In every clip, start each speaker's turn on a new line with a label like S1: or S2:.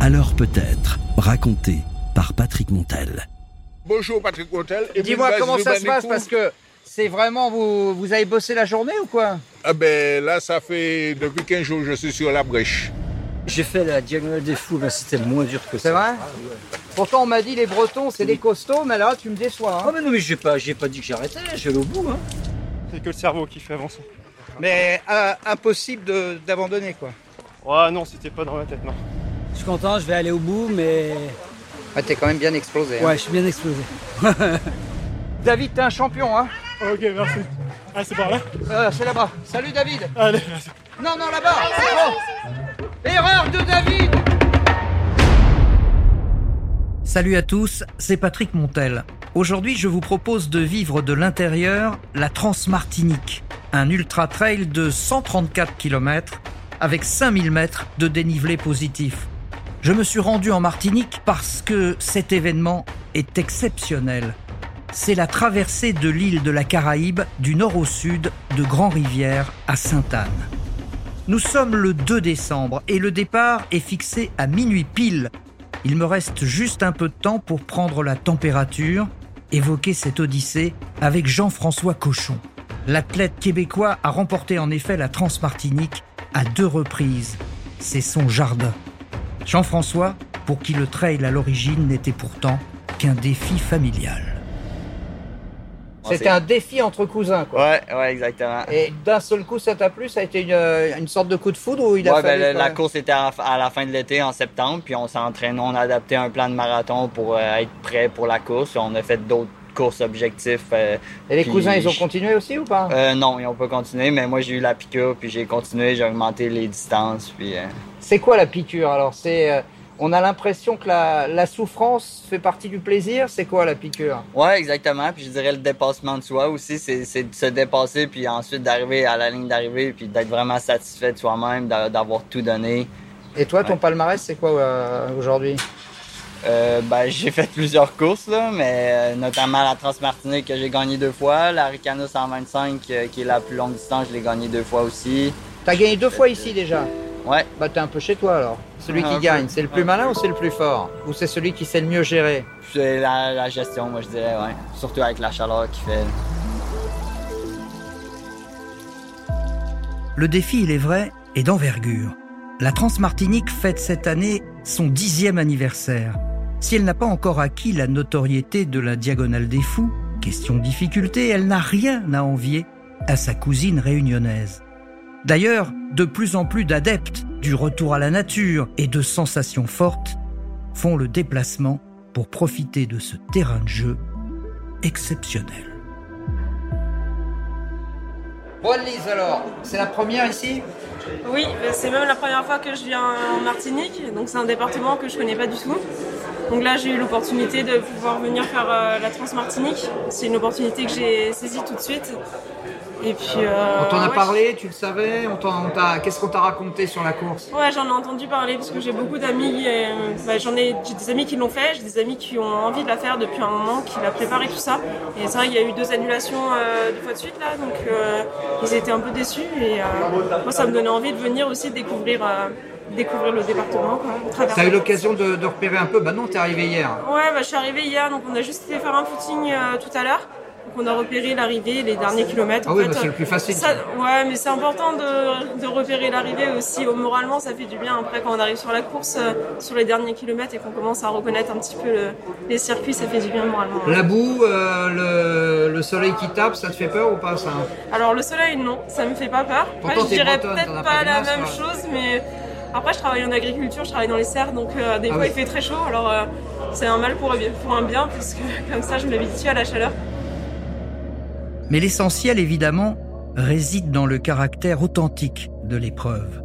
S1: Alors peut-être, raconté par Patrick Montel.
S2: Bonjour Patrick Montel. Et bah,
S3: Dis-moi
S2: Bas-
S3: comment ça se
S2: Rubanicou.
S3: passe parce que c'est vraiment vous vous avez bossé la journée ou quoi
S2: Ah ben là, ça fait depuis 15 jours je suis sur la brèche.
S4: J'ai fait la diagonale des fous, mais c'était moins dur que ça.
S3: C'est vrai Pourtant on m'a dit les Bretons c'est des costauds mais là tu me déçois.
S4: Ah
S3: hein.
S4: mais non mais j'ai pas, j'ai pas dit que j'arrêtais, j'ai le bout. Hein.
S5: C'est que le cerveau qui fait avancer.
S3: Mais Ah, impossible d'abandonner quoi.
S5: Ouais, non, c'était pas dans la tête, non.
S6: Je suis content, je vais aller au bout, mais
S3: Ah, t'es quand même bien explosé. hein.
S6: ouais, je suis bien explosé.
S3: David t'es un champion hein.
S5: Ok, merci. Ah, c'est par là
S3: Euh, c'est là-bas. Salut David.
S5: Allez,
S3: Non non là-bas. Oh Erreur de David.
S7: Salut à tous, c'est Patrick Montel. Aujourd'hui, je vous propose de vivre de l'intérieur la Transmartinique, un ultra trail de 134 km avec 5000 mètres de dénivelé positif. Je me suis rendu en Martinique parce que cet événement est exceptionnel. C'est la traversée de l'île de la Caraïbe du nord au sud de Grand-Rivière à Sainte-Anne. Nous sommes le 2 décembre et le départ est fixé à minuit pile. Il me reste juste un peu de temps pour prendre la température, évoquer cette odyssée avec Jean-François Cochon. L'athlète québécois a remporté en effet la Transmartinique à deux reprises. C'est son jardin. Jean-François, pour qui le trail à l'origine n'était pourtant qu'un défi familial.
S3: C'était un défi entre cousins quoi.
S8: Ouais, ouais, exactement.
S3: Et d'un seul coup ça t'a plu ça a été une, euh, une sorte de coup de foudre ou il a
S8: Ouais, ben,
S3: fallu
S8: le-
S3: quand
S8: la
S3: même-
S8: course était à, à la fin de l'été, en septembre, puis on s'entraîne, on a adapté un plan de marathon pour euh, être prêt pour la course. On a fait d'autres courses objectifs. euh,
S3: Et les
S8: puis
S3: cousins ils ont
S8: je-
S3: continué aussi ou pas
S8: euh, non, ils ont pas continué, mais moi j'ai eu la piqûre, puis j'ai continué, j'ai augmenté les distances, puis... euh,
S3: C'est quoi la piqûre alors C'est euh, on a l'impression que la, la souffrance fait partie du plaisir. C'est quoi la piqûre
S8: Ouais, exactement. Puis je dirais le dépassement de soi aussi, c'est c'est de se dépasser, puis ensuite d'arriver à la ligne d'arrivée, puis d'être vraiment satisfait de soi-même, d'a- d'avoir tout donné.
S3: Et toi, ton
S8: Ouais.
S3: palmarès, c'est quoi euh, aujourd'hui
S8: Euh, ben, j'ai fait plusieurs courses, là, mais euh, notamment la Transmartinique que j'ai gagnée deux fois, la Ricana 125 euh, qui est la plus longue distance, je l'ai gagnée deux fois aussi.
S3: T'as gagné deux fois ici déjà.
S8: Ouais. Ah,
S3: Bah t'es un peu chez toi alors. Celui
S8: Un
S3: qui
S8: peu.
S3: gagne, c'est le plus
S8: Un
S3: malin
S8: peu.
S3: ou c'est le plus fort Ou c'est celui qui sait le mieux gérer
S8: C'est la, la gestion, moi je dirais, ouais. Surtout avec la chaleur qui fait.
S7: Le défi, il est vrai, est d'envergure. La Transmartinique fête cette année son dixième anniversaire. Si elle n'a pas encore acquis la notoriété de la Diagonale des Fous, question difficulté, elle n'a rien à envier à sa cousine réunionnaise. D'ailleurs, de plus en plus d'adeptes du retour à la nature et de sensations fortes font le déplacement pour profiter de ce terrain de jeu exceptionnel.
S3: Bonne Lise alors, c'est la première ici
S9: Oui, ben, c'est même la première fois que je viens en Martinique, donc c'est un département que je connais pas du tout. Donc là, j'ai eu l'opportunité de pouvoir venir faire euh, la Transmartinique. C'est une opportunité que j'ai saisie tout de suite. Et puis. euh,
S3: On t'en a
S9: ouais.
S3: parlé, tu le savais. On t'en- on t'a, qu'est-ce qu'on t'a raconté sur la course
S9: Ouais, j'en ai entendu parler parce que j'ai beaucoup d'amis. et, euh, bah, j'en ai, j'ai des amis qui l'ont fait, j'ai des amis qui ont envie de la faire depuis un moment, qui la préparé tout ça. Et c'est vrai qu'il y a eu deux annulations euh, deux fois de suite là, donc euh, ils étaient un peu déçus. Et euh, moi, ça me donnait envie de venir aussi découvrir, euh, découvrir le département. Quoi, à travers
S3: T'as eu
S9: ça.
S3: l'occasion de, de repérer un peu Bah non, t'es arrivé hier.
S9: Ouais, bah, je suis arrivée hier, donc on a juste été faire un footing euh, tout à l'heure. Donc on a repéré l'arrivée, les derniers kilomètres.
S3: Ah
S9: en
S3: oui,
S9: fait. euh,
S3: bah, c'est le plus facile.
S9: Ça- ouais, mais c'est important de, de repérer l'arrivée aussi. Oh, Moralement, ça fait du bien après quand on arrive sur la course, euh, sur les derniers kilomètres et qu'on commence à reconnaître un petit peu le- les circuits, ça fait du bien moralement.
S3: La boue, euh, le, le soleil qui tape, ça te fait peur ou pas ça
S9: Alors le soleil, non, ça me fait pas peur. Après,
S3: Pourtant,
S9: je
S3: t'es
S9: dirais
S3: bretonne, t'en as pas
S9: peut-être pas
S3: des
S9: la
S3: masses,
S9: même
S3: ouais.
S9: chose, mais après, je travaille en agriculture, je travaille dans les serres, donc euh, des
S3: Ah
S9: fois
S3: oui.
S9: il fait très chaud. Alors euh, c'est un mal pour, un bien- pour un bien, parce que comme ça, je m'habitue à la chaleur.
S7: Mais l'essentiel, évidemment, réside dans le caractère authentique de l'épreuve.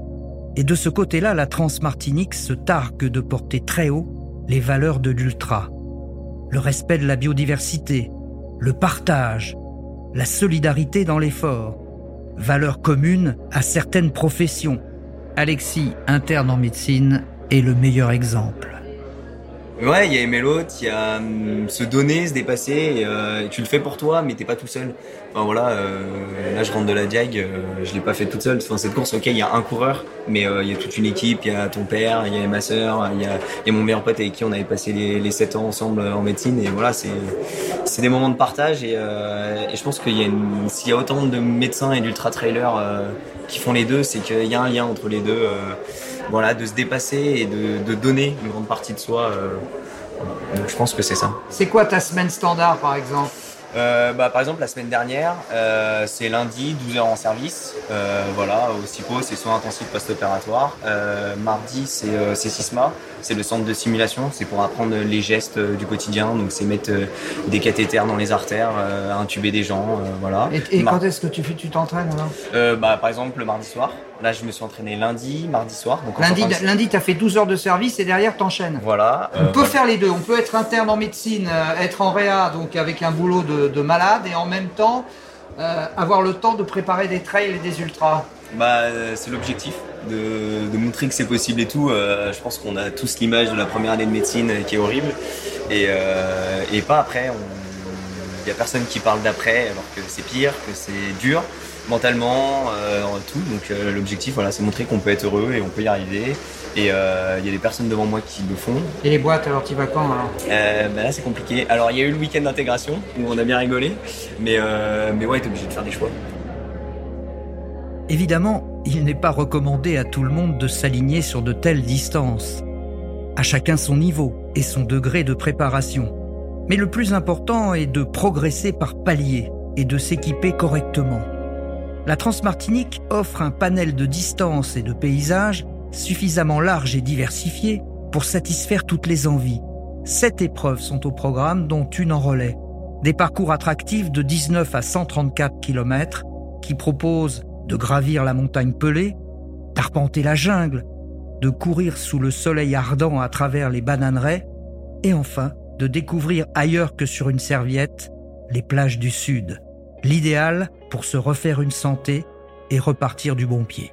S7: Et de ce côté-là, la Transmartinique se targue de porter très haut les valeurs de l'ultra. Le respect de la biodiversité, le partage, la solidarité dans l'effort, valeurs communes à certaines professions. Alexis, interne en médecine, est le meilleur exemple.
S10: Ouais, il y a aimer l'autre, il y a hum, se donner, se dépasser. et, euh, tu le fais pour toi, mais t'es pas tout seul. Enfin voilà, euh, là je rentre de la diag, euh, je l'ai pas fait toute seule. Enfin cette course, ok, il y a un coureur, mais euh, il y a toute une équipe. Il y a ton père, il y a ma sœur, il y a, il y a mon meilleur pote avec qui on avait passé les, les 7 ans ensemble euh, en médecine. Et voilà, c'est c'est des moments de partage. Et, euh, et je pense qu'il y a une- s'il y a autant de médecins et d'ultra trailers qui font les deux, c'est qu'il y a un lien entre les deux. euh, voilà, de se dépasser et de, de donner une grande partie de soi. euh, donc je pense que c'est ça.
S7: C'est quoi ta semaine standard, par exemple
S10: Euh, bah, par exemple, la semaine dernière, euh, c'est lundi, 12 heures en service. Euh, voilà, au CIPO, c'est soins intensifs post-opératoire. Euh, mardi, c'est euh, c'est SISMA, c'est le centre de simulation. C'est pour apprendre les gestes euh, du quotidien. Donc, c'est mettre euh, des cathéters dans les artères, euh, intuber des gens. euh, voilà.
S7: Et, et
S10: Mar-
S7: quand est-ce que tu fais- tu t'entraînes alors
S10: euh, bah, Par exemple, le mardi soir. Là, je me suis entraîné lundi, mardi soir. Donc en
S7: Lundi,
S10: sortant de-
S7: lundi t'as fait 12 heures de service et derrière, t'enchaînes.
S10: Voilà.
S7: On
S10: euh,
S7: peut faire les deux. On peut être interne en médecine, euh, être en réa, donc avec un boulot de, de malade, et en même temps euh, avoir le temps de préparer des trails et des ultras.
S10: Bah, euh, c'est l'objectif de, de montrer que c'est possible et tout. Euh, je pense qu'on a tous l'image de la première année de médecine euh, qui est horrible et, euh, et pas après. Il y a personne qui parle d'après alors que c'est pire, que c'est dur mentalement, euh, en tout. Donc euh, l'objectif, voilà, c'est montrer qu'on peut être heureux et on peut y arriver. Et euh, il y a des personnes devant moi qui le font.
S7: Et les boîtes, alors tu vas quand alors
S10: Euh, bah là, c'est compliqué. Alors il y a eu le week-end d'intégration où on a bien rigolé, mais euh, mais ouais, t'es obligé de faire des choix.
S7: Évidemment, il n'est pas recommandé à tout le monde de s'aligner sur de telles distances. À chacun son niveau et son degré de préparation. Mais le plus important est de progresser par palier et de s'équiper correctement. La Transmartinique offre un panel de distances et de paysages suffisamment large et diversifié pour satisfaire toutes les envies. Sept épreuves sont au programme, dont une en relais. Des parcours attractifs de 19 à 134 km qui proposent de gravir la montagne Pelée, d'arpenter la jungle, de courir sous le soleil ardent à travers les bananeraies et enfin de découvrir ailleurs que sur une serviette les plages du sud. L'idéal pour se refaire une santé et repartir du bon pied.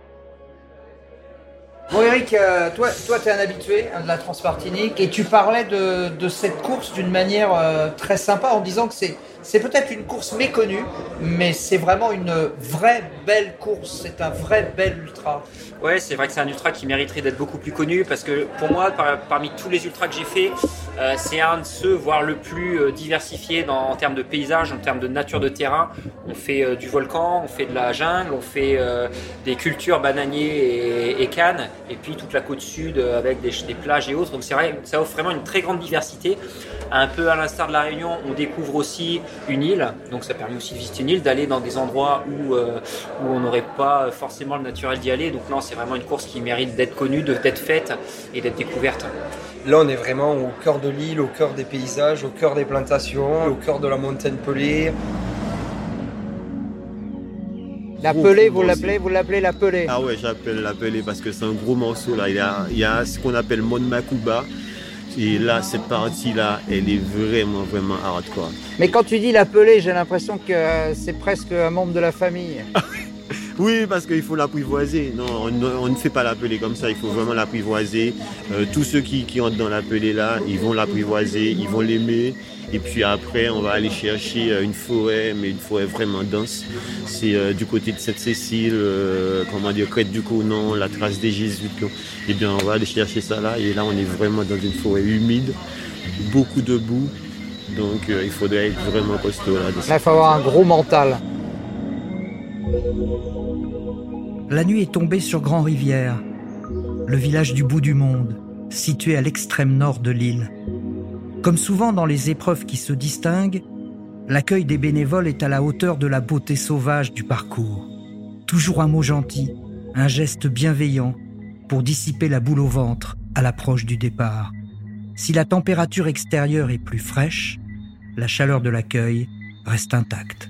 S7: Bon Eric, euh, toi, toi tu es un habitué hein, de la Transpartinique et tu parlais de, de cette course d'une manière euh, très sympa en disant que c'est, c'est peut-être une course méconnue, mais c'est vraiment une vraie belle course, c'est un vrai bel ultra.
S11: Ouais, c'est vrai que c'est un ultra qui mériterait d'être beaucoup plus connu parce que pour moi, par- parmi tous les ultras que j'ai fait, euh, c'est un de ceux, voire le plus euh, diversifié dans- en termes de paysage, en termes de nature de terrain. On fait euh, du volcan, on fait de la jungle, on fait euh, des cultures bananiers et, et cannes, et puis toute la côte sud euh, avec des, ch- des plages et autres. Donc c'est vrai, ça offre vraiment une très grande diversité. Un peu à l'instar de la Réunion, on découvre aussi une île, donc ça permet aussi de visiter une île, d'aller dans des endroits où, euh, où on n'aurait pas forcément le naturel d'y aller. Donc non, c'est vraiment une course qui mérite d'être connue, de- d'être faite et d'être découverte.
S12: Là, on est vraiment au cœur de l'île, au cœur des paysages, au cœur des plantations, au cœur de la montagne pelée.
S3: La
S13: Gros
S3: pelée,
S13: combat
S3: vous l'appelez,
S13: aussi.
S3: vous l'appelez la pelée.
S13: Ah ouais, j'appelle l'appelé parce que c'est un gros morceau là. Il y a, il y a ce qu'on appelle Mon Makuba. Et là, cette partie-là, elle est vraiment, vraiment hardcore.
S3: Mais quand tu dis la pelée, j'ai l'impression que euh, c'est presque un membre de la famille.
S13: Oui, parce qu'il faut l'apprivoiser. Non, on, ne- on ne fait pas l'appeler comme ça. Il faut vraiment l'apprivoiser. Euh, tous ceux qui, qui entrent dans l'appelé là, ils vont l'apprivoiser, ils vont l'aimer. Et puis après, on va aller chercher euh, une forêt, mais une forêt vraiment dense. C'est euh, du côté de Sainte-Cécile, euh, comment dire, Crête du Cournon, la trace des Jésuites. Et bien, on va aller chercher ça là. Et là, on est vraiment dans une forêt humide, beaucoup de boue. Donc, euh, il faudrait être vraiment costaud là.
S3: Là, il faut avoir un gros mental.
S7: La nuit est tombée sur Grand Rivière, le village du bout du monde, situé à l'extrême nord de l'île. Comme souvent dans les épreuves qui se distinguent, l'accueil des bénévoles est à la hauteur de la beauté sauvage du parcours. Toujours un mot gentil, un geste bienveillant pour dissiper la boule au ventre à l'approche du départ. Si la température extérieure est plus fraîche, la chaleur de l'accueil reste intacte.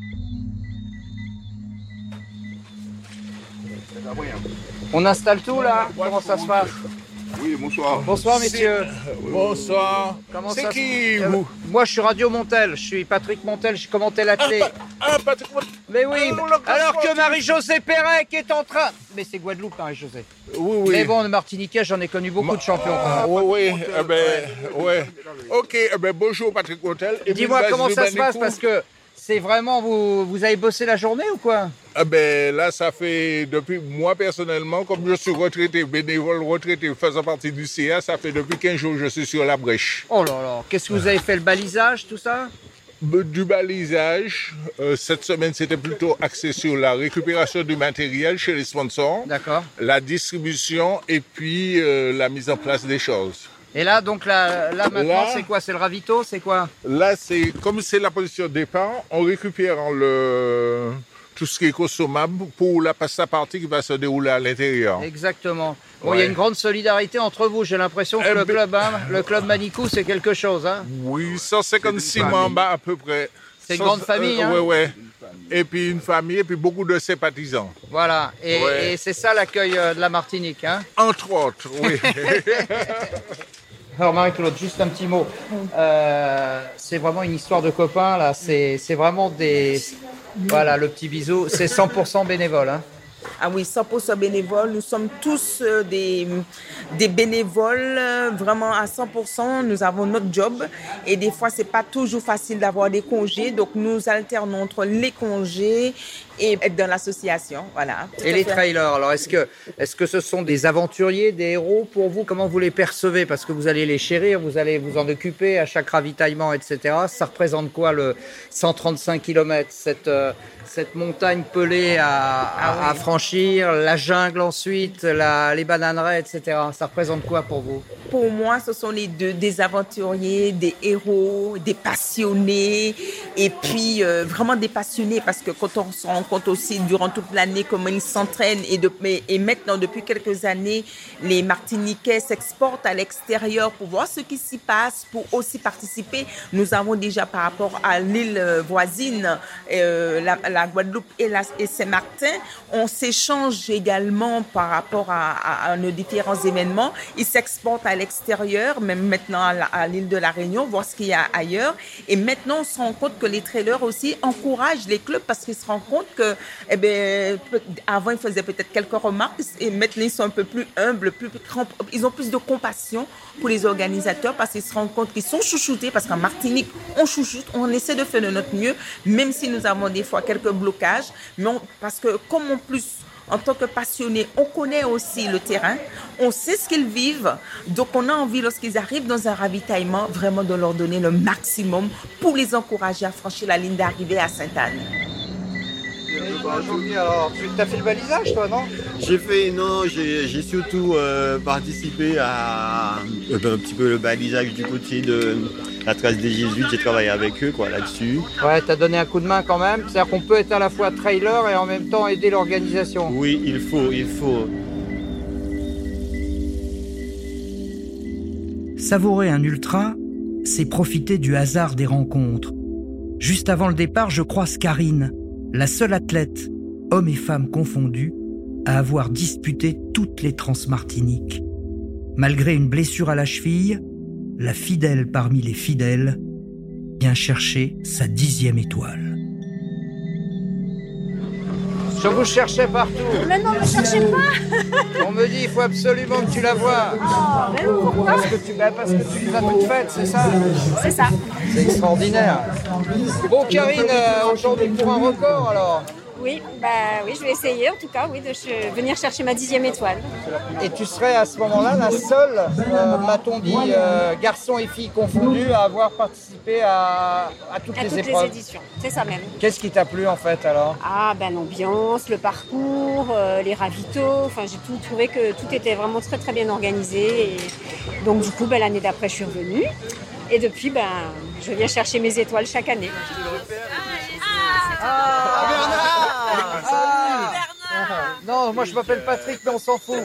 S3: On installe tout là Comment ça se passe
S2: Oui, bonsoir.
S3: Bonsoir, messieurs.
S2: C'est- Bonsoir.
S3: Comment
S2: C'est
S3: ça
S2: qui,
S3: Euh,
S2: vous
S3: Moi, je suis Radio Montel. Je suis Patrick Montel. Je commentais la télé.
S2: Ah, Patrick Montel.
S3: Mais oui.
S2: Ah, on l'a pas
S3: alors que
S2: entendu.
S3: Marie-Josée Pérec est en train. Mais c'est Guadeloupe, Marie-Josée.
S2: Oui, oui.
S3: Mais bon, de Martiniquais, j'en ai connu beaucoup de champions.
S2: Ah, oui, oui, eh ben, ouais. Ok, eh ben, bonjour Patrick Montel. Et
S3: Dis-moi
S2: puis, bah,
S3: comment
S2: vas-y,
S3: ça se
S2: Rubanicou.
S3: passe parce que c'est vraiment vous. Vous avez bossé la journée ou quoi
S2: Ah ben là, ça fait depuis moi personnellement, comme je suis retraité, bénévole retraité, faisant partie du CA, ça fait depuis 15 jours que je suis sur la brèche.
S3: Oh là là. Qu'est-ce que vous avez fait le balisage, tout ça
S2: B- Du balisage, euh, cette semaine c'était plutôt axé sur la récupération du matériel chez les sponsors,
S3: D'accord.
S2: la distribution et puis euh, la mise en place des choses.
S3: Et là, donc là, là maintenant,
S2: Là-
S3: c'est quoi C'est le ravito C'est quoi
S2: Là, c'est comme c'est la position de départ, on récupère le, tout ce qui est consommable pour la pasta partie qui va se dérouler à l'intérieur.
S3: Exactement. Bon, il
S2: Ouais. Eh
S3: y a
S2: ben-
S3: une grande solidarité entre vous. J'ai l'impression que le club, hein, le club Manicou, c'est quelque chose. Hein.
S2: Oui, 156 membres à peu près.
S3: C'est une grande famille, hein.
S2: Oui, Et puis une famille, et puis beaucoup de sympathisants.
S3: Voilà. Et,
S2: Ouais.
S3: et c'est ça l'accueil euh, de la Martinique. Hein.
S2: Entre autres, oui.
S3: Alors Marie-Claude, juste un petit mot. Euh, c'est vraiment une histoire de copains là. C'est c'est vraiment des. Voilà le petit bisou. C'est 100% bénévole. Hein.
S14: Ah oui, 100% bénévoles. Nous sommes tous euh, des, des bénévoles, euh, vraiment à 100%. Nous avons notre job et des fois, c'est pas toujours facile d'avoir des congés. Donc, nous alternons entre les congés et être dans l'association. Voilà. Tout
S3: Et
S14: à
S3: les
S14: fait.
S3: trailers. Alors est-ce que est-ce que ce sont des aventuriers, des héros pour vous Comment vous les percevez Parce que vous allez les chérir, vous allez vous en occuper à chaque ravitaillement, etc. Ça représente quoi le 135 km cette euh, cette montagne pelée à,
S14: Ah
S3: à- à franchir, la jungle ensuite, la- les bananeraies, etc. Ça représente quoi pour vous
S14: Pour moi, ce sont les deux, des aventuriers, des héros, des passionnés, et puis euh, vraiment des passionnés, parce que quand on se rend compte aussi durant toute l'année comment ils s'entraînent, et, de- mais- et maintenant, depuis quelques années, les Martiniquais s'exportent à l'extérieur pour voir ce qui s'y passe, pour aussi participer. Nous avons déjà par rapport à l'île euh, voisine, euh, la, la Guadeloupe et, la- et Saint-Martin, on s'échange également par rapport à, à- à nos différents événements. Ils s'exportent à l'extérieur, même maintenant à la- à l'île de la Réunion, voir ce qu'il y a ailleurs. Et maintenant, on se rend compte que les trailers aussi encouragent les clubs parce qu'ils se rendent compte que, eh ben, peut- avant, ils faisaient peut-être quelques remarques et maintenant, ils sont un peu plus humbles, plus, grand- ils ont plus de compassion pour les organisateurs parce qu'ils se rendent compte qu'ils sont chouchoutés parce qu'en Martinique, on chouchoute, on essaie de faire de notre mieux, même si nous avons des fois quelques blocages, mais on- parce que comme en plus, en tant que passionné, on connaît aussi le terrain, on sait ce qu'ils vivent, donc on a envie, lorsqu'ils arrivent dans un ravitaillement, vraiment de leur donner le maximum pour les encourager à franchir la ligne d'arrivée à Sainte-Anne.
S3: Alors, tu as fait le balisage, toi, non
S13: J'ai fait, non, j'ai j'ai surtout euh, participé à euh, ben, un petit peu le balisage du côté de la trace des Jésuites. J'ai travaillé avec eux quoi là-dessus.
S3: Ouais, t'as donné un coup de main quand même. C'est-à-dire qu'on peut être à la fois trailer et en même temps aider l'organisation.
S13: Oui, il faut, il faut.
S7: Savourer un ultra, c'est profiter du hasard des rencontres. Juste avant le départ, je croise Karine, la seule athlète, hommes et femmes confondus, à avoir disputé toutes les Transmartiniques. Malgré une blessure à la cheville, la fidèle parmi les fidèles vient chercher sa dixième étoile.
S3: Je vous cherchais partout.
S15: Mais non, me cherchez pas
S3: On me dit, il faut absolument que tu la vois.
S15: Ah, mais pourquoi
S3: Parce que tu, bah, parce que tu les as toutes faites, c'est ça
S15: C'est ça.
S3: C'est extraordinaire. Bon, Karine, euh, aujourd'hui pour un record alors.
S15: Oui, bah oui, je vais essayer en tout cas, oui, de ch- venir chercher ma dixième étoile.
S3: Et tu serais à ce moment-là la seule, euh, m'a-t-on dit, euh, garçons et filles confondus, à avoir participé à, à toutes
S15: à
S3: les
S15: toutes les
S3: épreuves.
S15: éditions, c'est ça même.
S3: Qu'est-ce qui t'a plu en fait alors
S15: Ah ben l'ambiance, le parcours, euh, les ravitaux, enfin j'ai tout trouvé que tout était vraiment très très bien organisé. Et donc du coup ben, l'année d'après je suis revenue et depuis ben je viens chercher mes étoiles chaque année.
S3: Ah, Non, moi je m'appelle Patrick, mais on s'en fout.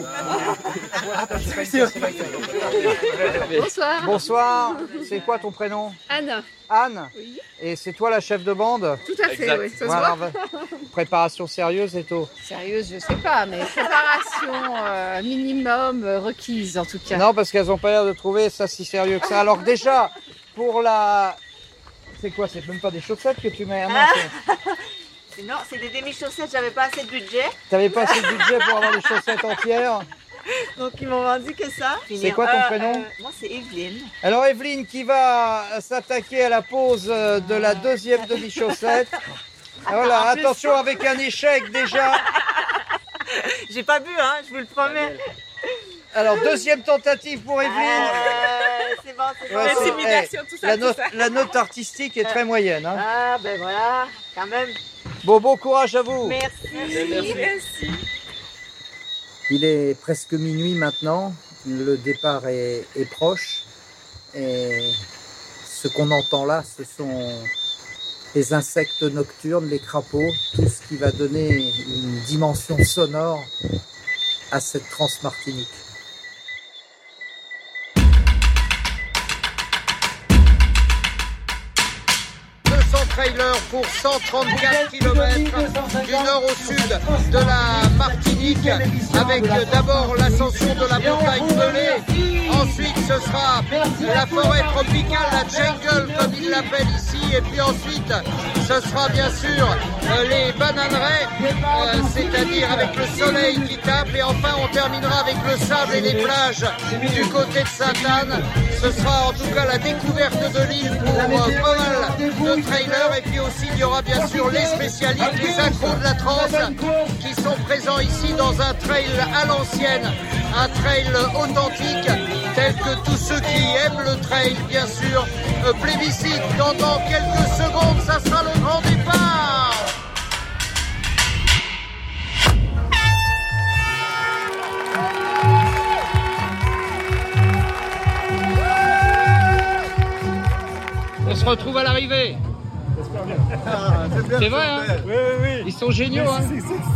S16: Bonsoir.
S3: Bonsoir. C'est quoi ton prénom
S16: Anne.
S3: Anne Et c'est toi la chef de bande
S16: Tout à fait, Exact. oui, ça se
S3: Voilà,
S16: voit.
S3: va- Préparation sérieuse et tout.
S16: Sérieuse, je sais pas, mais préparation euh, minimum euh, requise en tout cas.
S3: Non, parce qu'elles n'ont pas l'air de trouver ça si sérieux que ça. Alors que déjà, pour la... C'est quoi C'est même pas des chaussettes que tu mets Ah non, c'est-
S17: Non, c'est des demi-chaussettes, j'avais pas assez de budget.
S3: T'avais pas assez de budget pour avoir des chaussettes entières
S17: Donc ils m'ont vendu que ça. Euh,
S3: C'est quoi ton prénom
S17: Moi, c'est Evelyne.
S3: Alors Evelyne qui va s'attaquer à la pose euh, de la deuxième demi-chaussette. Voilà,
S17: en plus-
S3: attention avec un échec déjà.
S17: J'ai pas bu, hein, je vous le promets.
S3: Alors deuxième tentative pour Evelyne.
S17: Euh, c'est bon, c'est bon.
S3: Ouais, c'est- eh, la, note, la note artistique est très moyenne. hein.
S17: Ah, ben voilà, quand même.
S3: Bon, bon courage à vous.
S17: Merci. Merci.
S3: Il est presque minuit maintenant, le départ est, est proche et ce qu'on entend là, ce sont les insectes nocturnes, les crapauds, tout ce qui va donner une dimension sonore à cette transmartinique. trailers pour 134 km du nord au sud de la Martinique avec euh, d'abord l'ascension de la montagne Pelée, ensuite ce sera la forêt tropicale, la jungle comme ils l'appellent ici et puis ensuite ce sera bien sûr euh, les bananeraies, euh, c'est-à-dire avec le soleil qui tape et enfin on terminera avec le sable et les plages du côté de Sainte-Anne. Ce sera en tout cas la découverte de l'île pour euh, pas mal de trailers et puis aussi il y aura bien sûr les spécialistes, les accros de la transe qui sont présents ici dans un trail à l'ancienne, un trail authentique tel que tous ceux qui aiment le trail bien sûr euh, plébiscitent. Dans, dans quelques secondes, ça sera le grand départ. On se retrouve à l'arrivée. C'est vrai, hein Oui, oui, oui. Ils sont géniaux, hein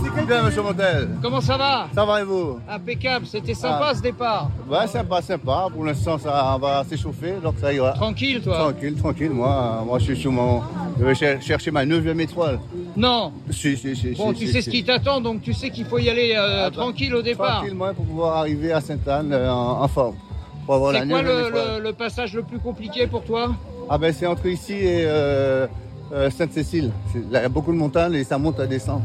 S3: C'est bien, monsieur Montel. Comment ça va Ça va et vous Impeccable, c'était sympa
S18: Ah.
S3: ce départ.
S18: Ouais, sympa, sympa. Pour l'instant, ça on va s'échauffer, donc ça ira.
S3: Tranquille, toi
S18: Tranquille, tranquille. Moi, euh, moi je suis sur mon. Je vais cher- chercher ma neuvième étoile.
S3: Non
S18: Si, si, si.
S3: Bon,
S18: si,
S3: tu
S18: si,
S3: sais
S18: si.
S3: ce qui t'attend, donc tu sais qu'il faut y aller euh,
S18: Ah bah,
S3: tranquille au départ.
S18: Tranquillement pour pouvoir arriver à Sainte-Anne euh, en, en forme. Pour avoir la
S3: C'est quoi
S18: neuvième
S3: le,
S18: étoile.
S3: le- le passage le plus compliqué pour toi
S18: Ah ben, c'est entre ici et euh, euh, Sainte-Cécile. C'est- là, Il y a beaucoup de montagnes et ça monte, à descend.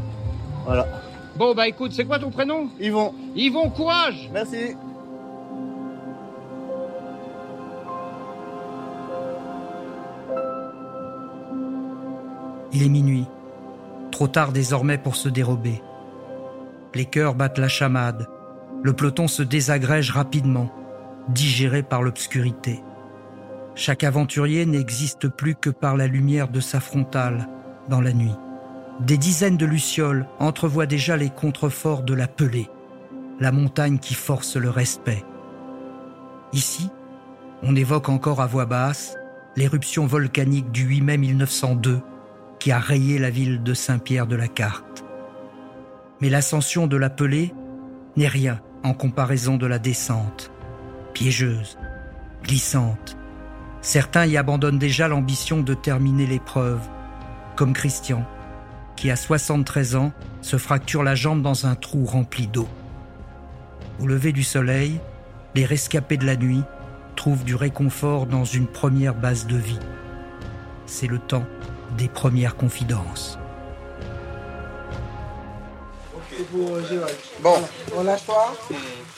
S18: Voilà.
S3: Bon, bah écoute, c'est quoi ton prénom
S18: Yvon.
S3: Yvon, courage
S18: Merci.
S7: Il est minuit. Trop tard désormais pour se dérober. Les cœurs battent la chamade. Le peloton se désagrège rapidement, digéré par l'obscurité. Chaque aventurier n'existe plus que par la lumière de sa frontale dans la nuit. Des dizaines de lucioles entrevoient déjà les contreforts de la Pelée, la montagne qui force le respect. Ici, on évoque encore à voix basse l'éruption volcanique du 8 mai 1902 qui a rayé la ville de Saint-Pierre de la carte. Mais l'ascension de la Pelée n'est rien en comparaison de la descente, piégeuse, glissante. Certains y abandonnent déjà l'ambition de terminer l'épreuve, comme Christian, qui à 73 ans se fracture la jambe dans un trou rempli d'eau. Au lever du soleil, les rescapés de la nuit trouvent du réconfort dans une première base de vie. C'est le temps des premières confidences.
S19: Bon. Relâche-toi.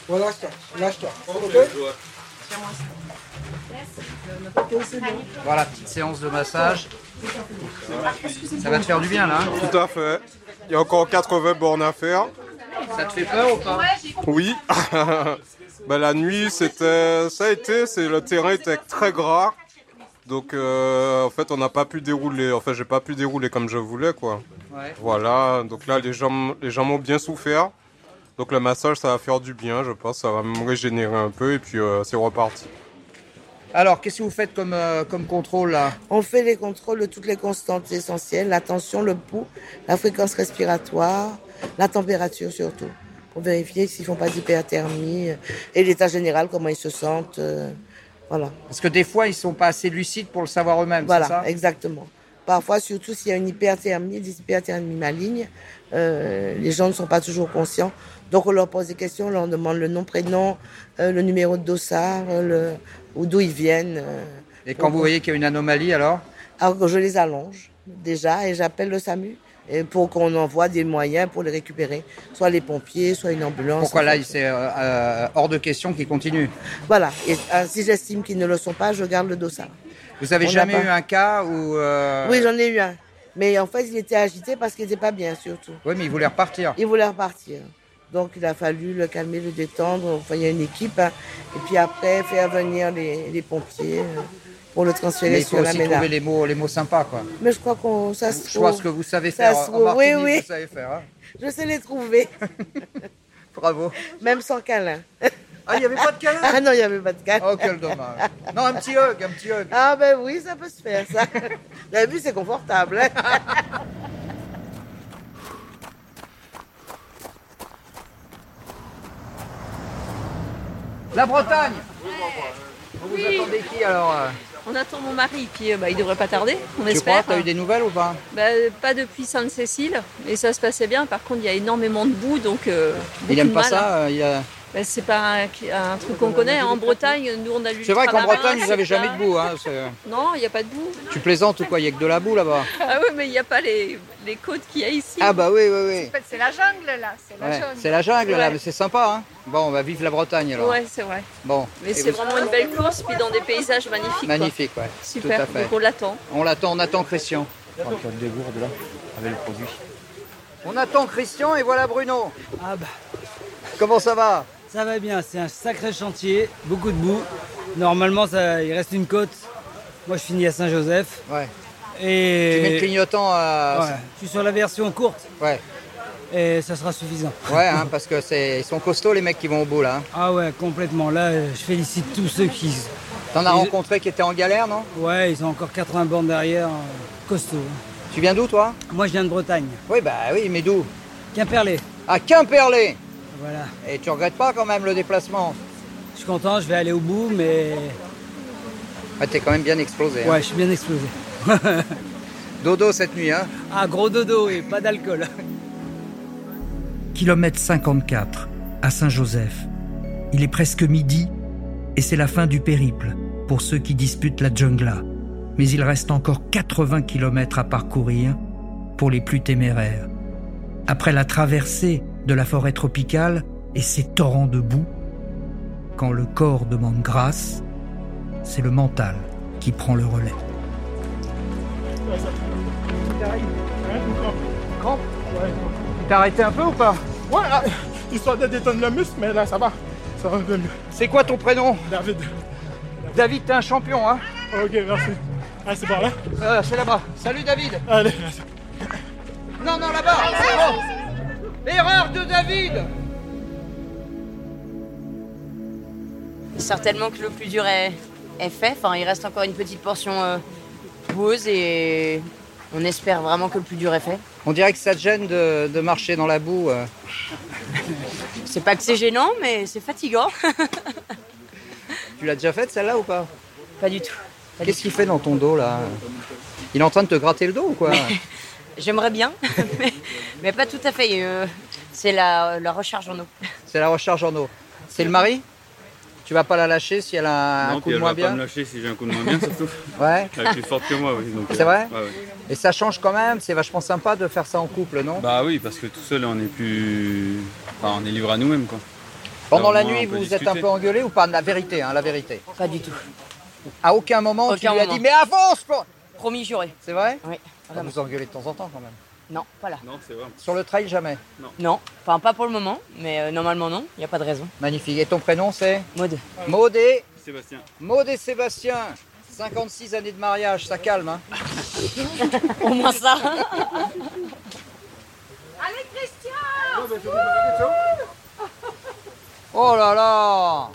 S19: Relâche-toi. Lâche-toi. Ok
S3: Voilà, petite séance de massage. Ça va te faire du bien là. hein
S20: Tout à fait. Il y a encore 80 bornes à faire.
S3: Ça te fait peur ou pas
S20: Oui. Ben, la nuit, c'était, ça a été, c'est le terrain était très gras. Donc euh, en fait, on n'a pas pu dérouler. En fait, j'ai pas pu dérouler comme je voulais quoi.
S3: Ouais.
S20: Voilà. Donc là, les jambes, les jambes ont bien souffert. Donc le massage, ça va faire du bien, je pense. Ça va me régénérer un peu et puis euh, c'est reparti.
S3: Alors, qu'est-ce que vous faites comme, euh, comme contrôle là
S17: On fait les contrôles de toutes les constantes essentielles, la tension, le pouls, la fréquence respiratoire, la température surtout, pour vérifier s'ils font pas d'hyperthermie euh, et l'état général, comment ils se sentent. euh, voilà.
S3: Parce que des fois, ils sont pas assez lucides pour le savoir eux-mêmes.
S17: Voilà,
S3: c'est ça
S17: exactement. Parfois, surtout s'il y a une hyperthermie, des hyperthermies malignes, euh, les gens ne sont pas toujours conscients. Donc on leur pose des questions, on leur demande le nom, prénom, euh, le numéro de dossard, euh, le, ou d'où ils viennent. euh,
S3: Et quand
S17: pour-
S3: vous voyez qu'il y a une anomalie, alors
S17: alors que je les allonge déjà et j'appelle le SAMU et pour qu'on envoie des moyens pour les récupérer, soit les pompiers, soit une ambulance.
S3: Pourquoi là,
S17: enfin.
S3: il- c'est euh, euh, hors de question qu'il continue
S17: Voilà, et euh, si j'estime qu'ils ne le sont pas, je garde le dossard.
S3: Vous avez
S17: On n'a
S3: jamais
S17: pas-
S3: eu un cas où... euh,
S17: Oui, j'en ai eu un. Mais en fait, il était agité parce qu'il n'était pas bien, surtout.
S3: Oui, mais il voulait repartir.
S17: Il voulait repartir. Donc, il a fallu le calmer, le détendre. Enfin, il y a une équipe. hein. Et puis après, faire venir les, les pompiers euh, pour le transférer
S3: Mais il faut
S17: sur la
S3: aussi
S17: ménade.
S3: trouver les mots, les mots sympas, quoi.
S17: Mais je crois qu'on ça se trouve.
S3: Je pense que vous savez
S17: Ça
S3: faire.
S17: se
S3: en
S17: trouve, oui,
S3: Martinique,
S17: oui.
S3: Vous savez faire. hein.
S17: Je sais les trouver.
S3: Bravo.
S17: Même sans câlin.
S3: Ah, il n'y avait pas de câlin
S17: Ah non, il n'y avait pas de câlin.
S3: Oh, quel dommage. Non, un petit hug, un petit hug.
S17: Ah ben oui, ça peut se faire, ça. Vous avez vu, c'est confortable. hein.
S3: La Bretagne Vous vous attendez qui alors euh
S21: On attend mon mari, puis euh, bah, il devrait pas tarder, on
S3: Tu crois
S21: espère. hein.
S3: que t'as eu des nouvelles ou pas
S21: Bah, euh, pas depuis Sainte-Cécile, mais ça se passait bien. Par contre, il y a énormément de boue, donc. euh,
S3: Il
S21: beaucoup
S3: aime
S21: de
S3: pas
S21: mal, hein.
S3: ça euh, il a-
S21: Bah, c'est pas un, un truc qu'on connaît. hein. En Bretagne, nous, on a lu.
S3: C'est vrai qu'en Bretagne, vous
S21: n'avez
S3: n'avez jamais de boue. Hein, c'est-
S21: Non, il n'y a pas de boue.
S3: tu plaisantes ou quoi Il n'y a que de la boue là-bas.
S21: Ah oui, mais il n'y a pas les, les côtes qu'il y a ici.
S3: Ah bah oui, oui, oui.
S21: C'est la jungle, là. C'est
S3: Ouais, C'est la jungle là,
S21: Ouais.
S3: mais c'est sympa. Hein. Bon, on va vivre la Bretagne alors.
S21: Ouais, c'est vrai.
S3: Bon.
S21: Mais
S3: Et
S21: c'est
S3: vous-
S21: vraiment une belle course, puis dans des paysages magnifiques. quoi.
S3: Magnifique, ouais. Tout à
S21: Super,
S3: fait.
S21: donc on l'attend.
S3: On l'attend, on attend Christian.
S4: des gourdes là, avec le produit.
S3: On attend Christian et voilà Bruno.
S6: Ah bah.
S3: Comment ça va
S6: Ça va bien, c'est un sacré chantier, beaucoup de boue. Normalement, ça, il reste une côte. Moi, je finis à Saint-Joseph.
S3: Ouais.
S6: Et...
S3: Tu mets le clignotant à-
S6: Ouais, Je suis sur la version courte.
S3: Ouais.
S6: Et ça sera suffisant.
S3: Ouais, hein, parce que c'est, ils sont costauds les mecs qui vont au bout là. hein.
S6: Ah ouais, complètement. Là, euh, je félicite tous ceux qui...
S3: T'en as rencontré qui étaient en galère, non
S6: Ouais, ils ont encore 80 bornes derrière. euh, Costaud.
S3: Tu viens d'où, toi
S6: Moi, je viens de Bretagne.
S3: Oui, bah oui, mais d'où
S6: Quimperlé.
S3: À Quimperlé
S6: Voilà.
S3: Et tu regrettes pas quand même le déplacement
S6: Je suis content, je vais aller au bout, mais...
S3: Ah, T'es quand même bien explosé. hein.
S6: Ouais, je suis bien explosé.
S3: Dodo cette nuit, hein
S6: Ah, gros dodo et pas d'alcool.
S7: Kilomètre 54, à Saint-Joseph. Il est presque midi et c'est la fin du périple pour ceux qui disputent la jungla. Mais il reste encore 80 kilomètres à parcourir pour les plus téméraires. Après la traversée de la forêt tropicale et ses torrents de boue, quand le corps demande grâce, c'est le mental qui prend le relais.
S5: Crampe
S3: T'as arrêté un peu ou pas
S5: Ouais, là, histoire de détendre le muscle, mais là ça va. Ça va bien mieux.
S3: C'est quoi ton prénom
S5: David.
S3: David, t'es un champion, hein
S5: Ok, merci. Ah, c'est par là
S3: Euh, C'est là-bas. Salut David
S5: Allez,
S3: Non, non, là-bas c'est bon. Erreur de David
S22: Certainement que le plus dur est, est fait. Enfin, il reste encore une petite portion euh, boueuse et on espère vraiment que le plus dur est fait.
S3: On dirait que ça te gêne de, de marcher dans la boue. euh.
S22: C'est pas que c'est gênant, mais c'est fatigant.
S3: Tu l'as déjà faite celle-là ou pas
S22: Pas du tout.
S3: Qu'est-ce qu'il fait dans ton dos là Il est en train de te gratter le dos ou quoi
S22: J'aimerais bien, mais, mais pas tout à fait. Euh, c'est la, la recharge en eau.
S3: C'est la recharge en eau. C'est le mari Tu vas pas la lâcher si elle a un
S23: Non,
S3: coup
S23: puis
S3: de
S23: elle
S3: moins
S23: va pas
S3: bien
S23: me lâcher si j'ai un coup de moins bien, surtout.
S3: Ouais.
S23: Elle est plus forte que moi, oui. donc,
S3: C'est
S23: euh,
S3: vrai
S23: ouais, ouais.
S3: Et ça change quand même, c'est vachement sympa de faire ça en couple, non
S23: Bah oui, parce que tout seul, on est plus. Enfin, on est livré à nous-mêmes, quoi.
S3: Pendant
S23: Là,
S3: la
S23: au moins,
S3: nuit,
S23: on
S3: vous
S23: peut
S3: vous êtes un
S23: discuter.
S3: peu engueulé ou pas La vérité, hein, la vérité.
S22: Pas du tout.
S3: À aucun moment Oh, tu
S22: Aucun
S3: lui as
S22: moment.
S3: dit mais avance quoi
S22: Promis juré.
S3: C'est vrai Ah,
S22: Oui.
S3: Vous vous engueulez de temps en temps quand même.
S22: Non, pas là.
S23: Non, c'est vrai.
S3: Sur le trail, jamais
S22: Non. Enfin, pas pour le moment, mais euh, normalement, non. Il n'y a pas de raison.
S3: Magnifique. Et ton prénom c'est
S22: Maud.
S3: Maud et...
S23: Sébastien.
S3: Maud et Sébastien. 56 années de mariage, ça calme. Hein.
S22: Au moins ça.
S5: Allez, Christian
S3: Oh là là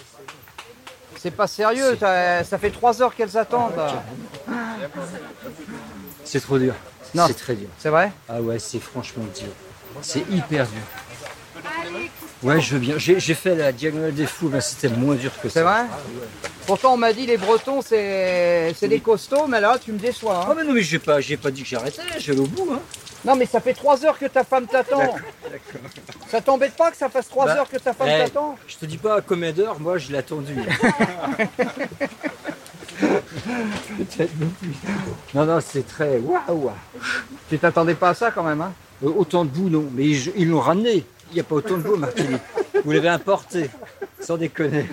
S3: C'est pas sérieux, t'as- ça fait 3 heures qu'elles attendent.
S4: C'est trop dur.
S3: Non.
S4: C'est très dur.
S3: C'est vrai
S4: Ah ouais, c'est franchement dur. C'est hyper dur.
S5: Allez,
S4: Ouais, je veux bien. J'ai j'ai fait la diagonale des fous, mais c'était moins dur que ça. Ah
S3: C'est vrai Pourtant, on m'a dit les Bretons, c'est c'est des costauds, mais là, tu me déçois. hein.
S4: Ah, mais non, mais j'ai pas, j'ai pas dit que j'arrêtais, j'allais au bout. Hein.
S3: Non, mais ça fait trois heures que ta femme t'attend. Ça t'embête pas que ça fasse trois
S4: Bah,
S3: heures que ta femme
S4: eh,
S3: t'attend
S4: Je te dis pas à combien d'heures, moi je l'ai attendu. Peut-être non plus. Non, non, c'est très waouh.
S3: Tu t'attendais pas à ça quand même, hein
S4: Euh, Autant de boue, non, mais ils ils l'ont ramené. Il n'y a pas autant de boue, Martini. Vous l'avez importé, sans déconner.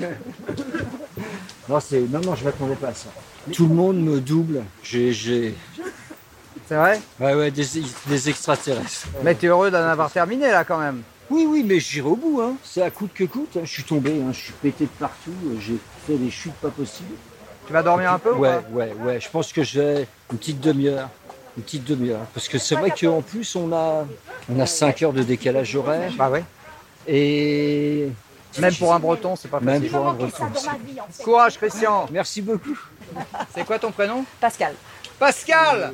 S4: Non, c'est... non, non, je m'attendais pas à ça. Tout le monde me double. J'ai. j'ai-
S3: C'est vrai
S4: Ouais, ouais, des, des extraterrestres.
S3: Mais t'es heureux d'en avoir terminé là quand même.
S4: Oui, oui, mais j'irai au bout. Hein. C'est à coûte que coûte. hein. Je suis tombé, hein. je suis pété de partout. euh, J'ai fait des chutes pas possibles.
S3: Tu vas dormir un peu ou
S4: Ouais,
S3: pas
S4: ouais, ouais. Je pense que j'ai une petite demi-heure. Une petite demi-heure. Parce que c'est vrai qu'en plus, on a, on a 5 heures de décalage horaire.
S3: Bah ouais.
S4: Et.
S3: Même pour un breton, c'est pas
S4: Même
S3: facile.
S4: pour un breton. c'est-
S3: Courage, Christian.
S4: Merci beaucoup.
S3: C'est quoi ton prénom
S1: Pascal.
S3: Pascal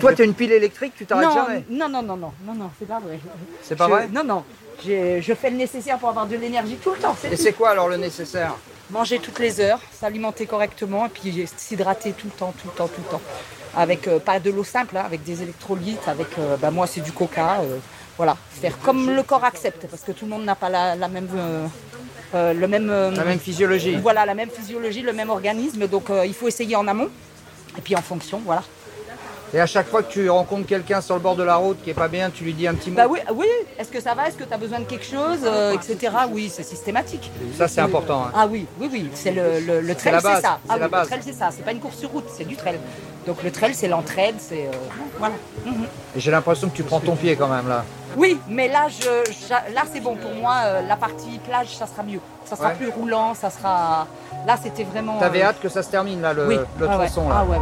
S3: Toi, t'es une pile électrique, tu t'arrêtes
S1: non,
S3: jamais.
S1: non, non, non, non, non, non, c'est pas vrai.
S3: C'est pas
S1: Je-
S3: vrai
S1: Non, non. J'ai- Je fais le nécessaire pour avoir de l'énergie tout le temps.
S3: Et
S1: tout.
S3: c'est quoi alors le nécessaire
S1: Manger toutes les heures, s'alimenter correctement et puis s'hydrater tout le temps, tout le temps, tout le temps. Avec euh, pas de l'eau simple, hein, avec des électrolytes, avec euh, bah, moi c'est du coca. euh, voilà, faire comme le corps accepte, parce que tout le monde n'a pas la, la même, euh, euh, le même, euh,
S3: La même physiologie.
S1: Voilà, la même physiologie, le même organisme. Donc euh, il faut essayer en amont et puis en fonction, voilà.
S3: Et à chaque fois que tu rencontres quelqu'un sur le bord de la route qui est pas bien, tu lui dis un petit mot.
S1: Bah oui, oui. Est-ce que ça va Est-ce que tu as besoin de quelque chose Euh, Etc. Oui, c'est systématique.
S3: Ça, c'est important, hein.
S1: Ah oui, oui, oui. C'est le, le, le
S3: C'est
S1: trail,
S3: la base,
S1: c'est ça.
S3: c'est
S1: Ah
S3: la
S1: oui,
S3: base.
S1: le trail, c'est ça. C'est pas une course sur route, c'est du trail. Donc le trail, c'est l'entraide, c'est euh, voilà. Mhm.
S3: Et j'ai l'impression que tu prends ton pied quand même là.
S1: Oui, mais là, je, j'a- là, c'est bon pour moi. euh, la partie plage, ça sera mieux. Ça sera
S3: Ouais.
S1: plus roulant, ça sera. Là, c'était vraiment.
S3: T'avais
S1: euh,
S3: hâte que ça se termine là, le,
S1: oui.
S3: le
S1: Ah ouais.
S3: tronçon là.
S1: Ah ouais.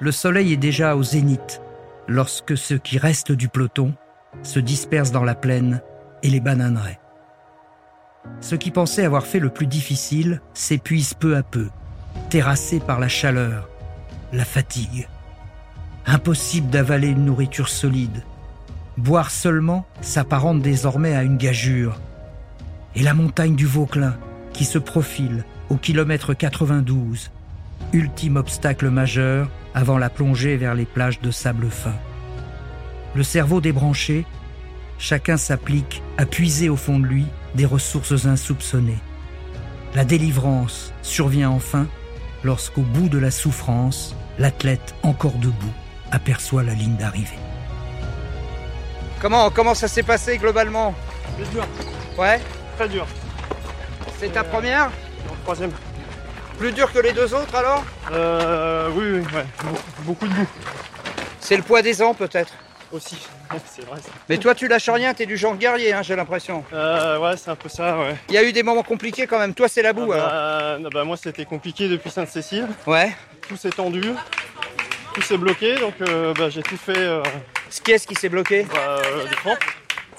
S7: Le soleil est déjà au zénith lorsque ce qui reste du peloton se disperse dans la plaine et les bananeraies. Ceux qui pensaient avoir fait le plus difficile s'épuisent peu à peu, terrassés par la chaleur, la fatigue. Impossible d'avaler une nourriture solide. Boire seulement s'apparente désormais à une gageure. Et la montagne du Vauclin, qui se profile au kilomètre 92, ultime obstacle majeur avant la plongée vers les plages de sable fin. Le cerveau débranché, chacun s'applique à puiser au fond de lui des ressources insoupçonnées. La délivrance survient enfin lorsqu'au bout de la souffrance, l'athlète encore debout aperçoit la ligne d'arrivée.
S3: Comment, comment ça s'est passé globalement
S5: C'est dur.
S3: Ouais
S5: Très dur. Euh,
S3: C'est ta première
S5: Non, troisième.
S3: Plus dur que les deux autres alors
S5: Euh, oui, oui, ouais. Be- Beaucoup de boue.
S3: C'est le poids des ans peut-être.
S5: Aussi. C'est vrai ça.
S3: Mais toi tu lâches rien, t'es du genre guerrier hein, j'ai l'impression.
S5: Euh, ouais, c'est un peu ça, ouais.
S3: Il y a eu des moments compliqués quand même, toi c'est la boue
S5: Ah bah,
S3: alors.
S5: non, bah, moi c'était compliqué depuis Sainte-Cécile.
S3: Ouais.
S5: Tout s'est tendu, tout s'est bloqué, donc euh, bah, j'ai tout fait.
S3: Ce qui est-ce qui s'est bloqué
S5: Des crampes.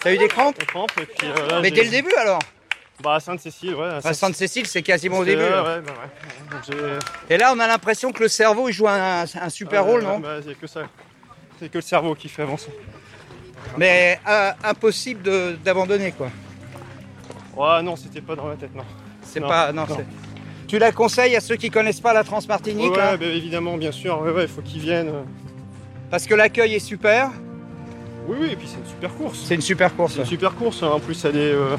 S3: T'as eu des crampes
S5: Des crampes, et puis, euh, là,
S3: Mais
S5: j'ai-
S3: dès le début alors
S5: Bah à Sainte-Cécile, ouais. à
S3: Enfin, Sainte-Cécile c'est quasiment au
S5: C'était-
S3: début.
S5: ouais,
S3: là.
S5: ouais, bah, ouais. Donc, j'ai-
S3: Et là on a l'impression que le cerveau il joue un, un super
S5: euh,
S3: rôle non
S5: bah, C'est que ça. C'est que le cerveau qui fait avancer.
S3: Mais euh, impossible de- d'abandonner quoi.
S5: Ouais, non, c'était pas dans la tête, non.
S3: C'est pas. Ah, Non, c'est- Tu la conseilles à ceux qui connaissent pas la Transmartinique
S5: Ouais,
S3: là
S5: bah, évidemment, bien sûr, ouais, ouais, il faut qu'ils viennent. euh.
S3: Parce que l'accueil est super.
S5: Oui, oui, et puis c'est une super course.
S3: C'est une super course.
S5: C'est une super course, hein. en plus elle est euh,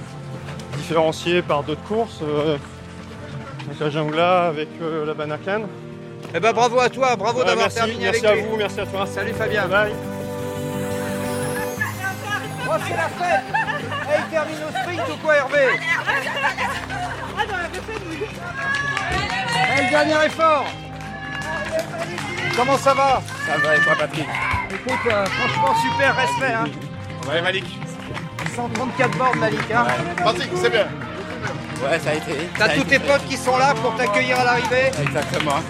S5: différenciée par d'autres courses, euh, avec la jungla, avec euh, la banacane.
S3: Eh ben bravo à toi, bravo
S5: Ouais,
S3: d'avoir
S5: merci,
S3: terminé
S5: merci
S3: avec
S5: à
S3: lui.
S5: vous, merci à toi.
S3: Salut Fabien.
S5: Bye.
S3: Oh, c'est la fête Eh, il termine au sprint ou quoi, Hervé Eh, le dernier effort Comment ça va
S5: Ça va, et toi, Patrick
S3: Écoute, euh, franchement, super respect. Hein.
S5: Ouais, Malik.
S3: 134 bornes, Malik. Hein.
S5: Patrick, c'est bien.
S8: Ouais, ça a été. ça
S3: T'as
S8: a
S3: tous
S8: été
S3: tes potes qui sont là pour t'accueillir à l'arrivée
S8: Exactement.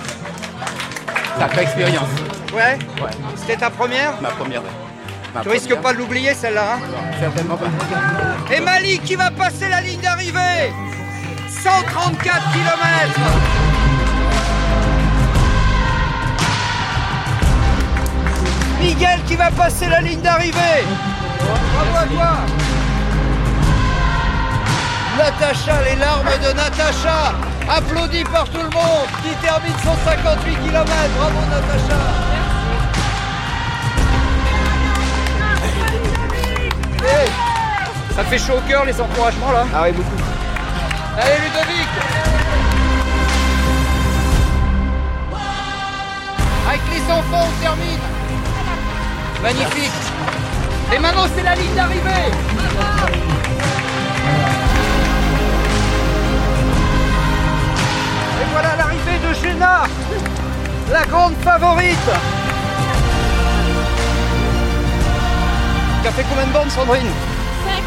S8: Ça fait expérience.
S3: Ouais
S8: Ouais.
S3: C'était ta première
S8: Ma première. ouais. Ma
S3: Tu risques
S8: première.
S3: pas de l'oublier, celle-là. Hein
S8: Certainement pas.
S3: Et Malik qui va passer la ligne d'arrivée 134 km Mickaël qui va passer la ligne d'arrivée. Bravo à toi. Natacha, les larmes de Natacha, applaudie par tout le monde, qui termine son 58 km. Bravo Natacha. Hey, ça fait chaud au cœur les encouragements là Ah oui, beaucoup. Allez Ludovic Avec les enfants, on termine Magnifique Et maintenant, c'est la ligne d'arrivée Et voilà l'arrivée de Jenna La grande favorite T'as fait combien de bandes, Sandrine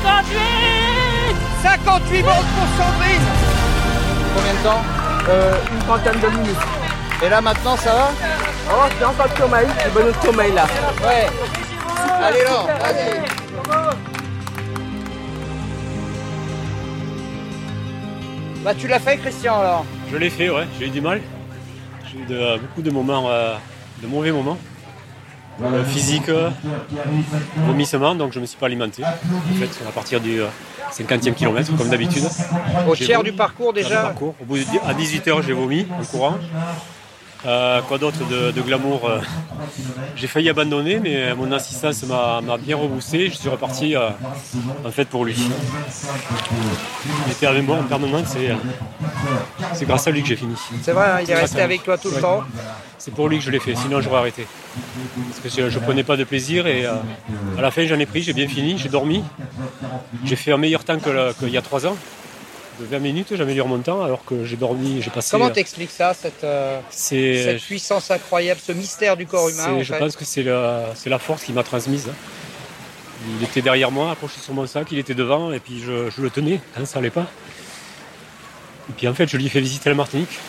S24: 58
S3: 58 bandes pour Sandrine Combien de temps
S24: Euh, Une trentaine de minutes.
S3: Et là maintenant ça va
S24: Oh, j'ai encore le sommeil, j'ai besoin de sommeil là.
S3: Ouais. Allez là, vas-y. Bah tu l'as fait Christian alors
S25: Je l'ai fait, ouais, j'ai eu du mal. J'ai eu de- beaucoup de moments, euh, de mauvais moments. Euh, physique, euh, vomissement, donc je me suis pas alimenté. En fait, à partir du euh, 50e kilomètre, comme d'habitude.
S3: Au
S25: J'ai
S3: tiers
S25: vomi.
S3: du parcours
S25: Tiers du
S3: déjà
S25: parcours. Au bout de dix- à 18h, j'ai vomi en courant. Euh, quoi d'autre de, de glamour euh, J'ai failli abandonner, mais mon assistance m'a m'a bien reboosté. Je suis reparti euh, en fait pour lui. Il était avec moi en permanence et euh, c'est grâce à lui que j'ai fini.
S3: C'est vrai, hein, il est
S25: grâce
S3: resté
S25: à
S3: avec
S25: lui.
S3: toi tout le
S25: Ouais.
S3: temps.
S25: C'est pour lui que je l'ai fait, sinon j'aurais arrêté. Parce que euh, je, je prenais pas de plaisir et euh, à la fin j'en ai pris, j'ai bien fini, j'ai dormi. J'ai fait un meilleur temps que le- qu'il y a trois ans. De 20 minutes, j'améliore mon temps alors que j'ai dormi, j'ai passé.
S3: Comment
S25: euh,
S3: t'expliques ça, cette, euh,
S25: C'est-
S3: cette puissance incroyable, ce mystère du corps humain
S25: c'est-
S3: en
S25: Je
S3: fait
S25: pense que c'est la, c'est la force qui m'a transmise. hein. Il était derrière moi, accroché sur mon sac, il était devant, et puis je, je le tenais quand ça allait pas. Et puis en fait, je lui ai fait visiter la Martinique.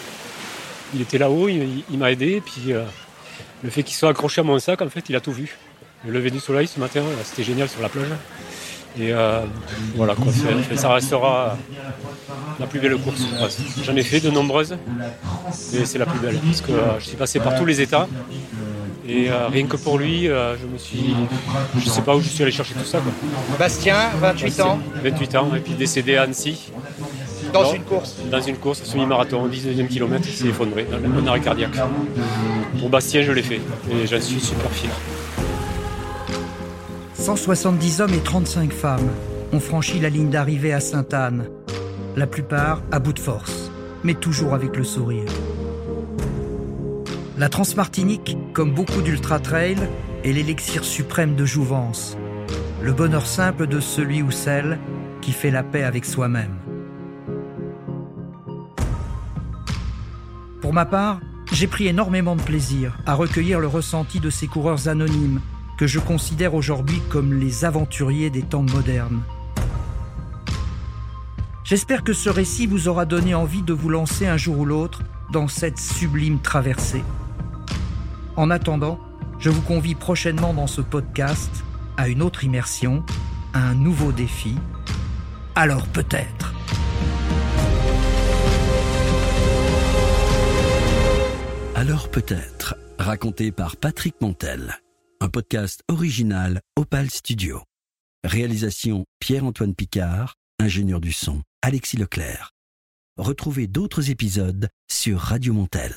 S25: Il était là-haut, il, il m'a aidé, et puis euh, le fait qu'il soit accroché à mon sac, en fait, il a tout vu. Le lever du soleil ce matin, euh, c'était génial sur la plage. Et euh, voilà, quoi, c'est- ça restera la plus belle course, je pense. J'en ai fait de nombreuses, mais c'est la plus belle, parce que euh, je suis passé par tous les états. Et euh, rien que pour lui, euh, je me suis. Je sais pas où je suis allé chercher tout ça. Quoi.
S3: Bastien, 28 ans.
S25: 28 ans, et puis décédé à Annecy.
S3: Dans une course.
S25: Dans une course, semi-marathon, 19e kilomètre, il s'est effondré, dans un arrêt cardiaque. Pour Bastien, je l'ai fait, et j'en suis super fier.
S7: 170 hommes et 35 femmes ont franchi la ligne d'arrivée à Sainte-Anne, la plupart à bout de force, mais toujours avec le sourire. La Transmartinique, comme beaucoup d'ultra-trail, est l'élixir suprême de jouvence, le bonheur simple de celui ou celle qui fait la paix avec soi-même. Pour ma part, j'ai pris énormément de plaisir à recueillir le ressenti de ces coureurs anonymes que je considère aujourd'hui comme les aventuriers des temps modernes. J'espère que ce récit vous aura donné envie de vous lancer un jour ou l'autre dans cette sublime traversée. En attendant, je vous convie prochainement dans ce podcast à une autre immersion, à un nouveau défi. Alors peut-être.
S4: Alors peut-être, raconté par Patrick Montel. Un podcast original Opal Studio. Réalisation Pierre-Antoine Picard, ingénieur du son Alexis Leclerc. Retrouvez d'autres épisodes sur Radio Montel.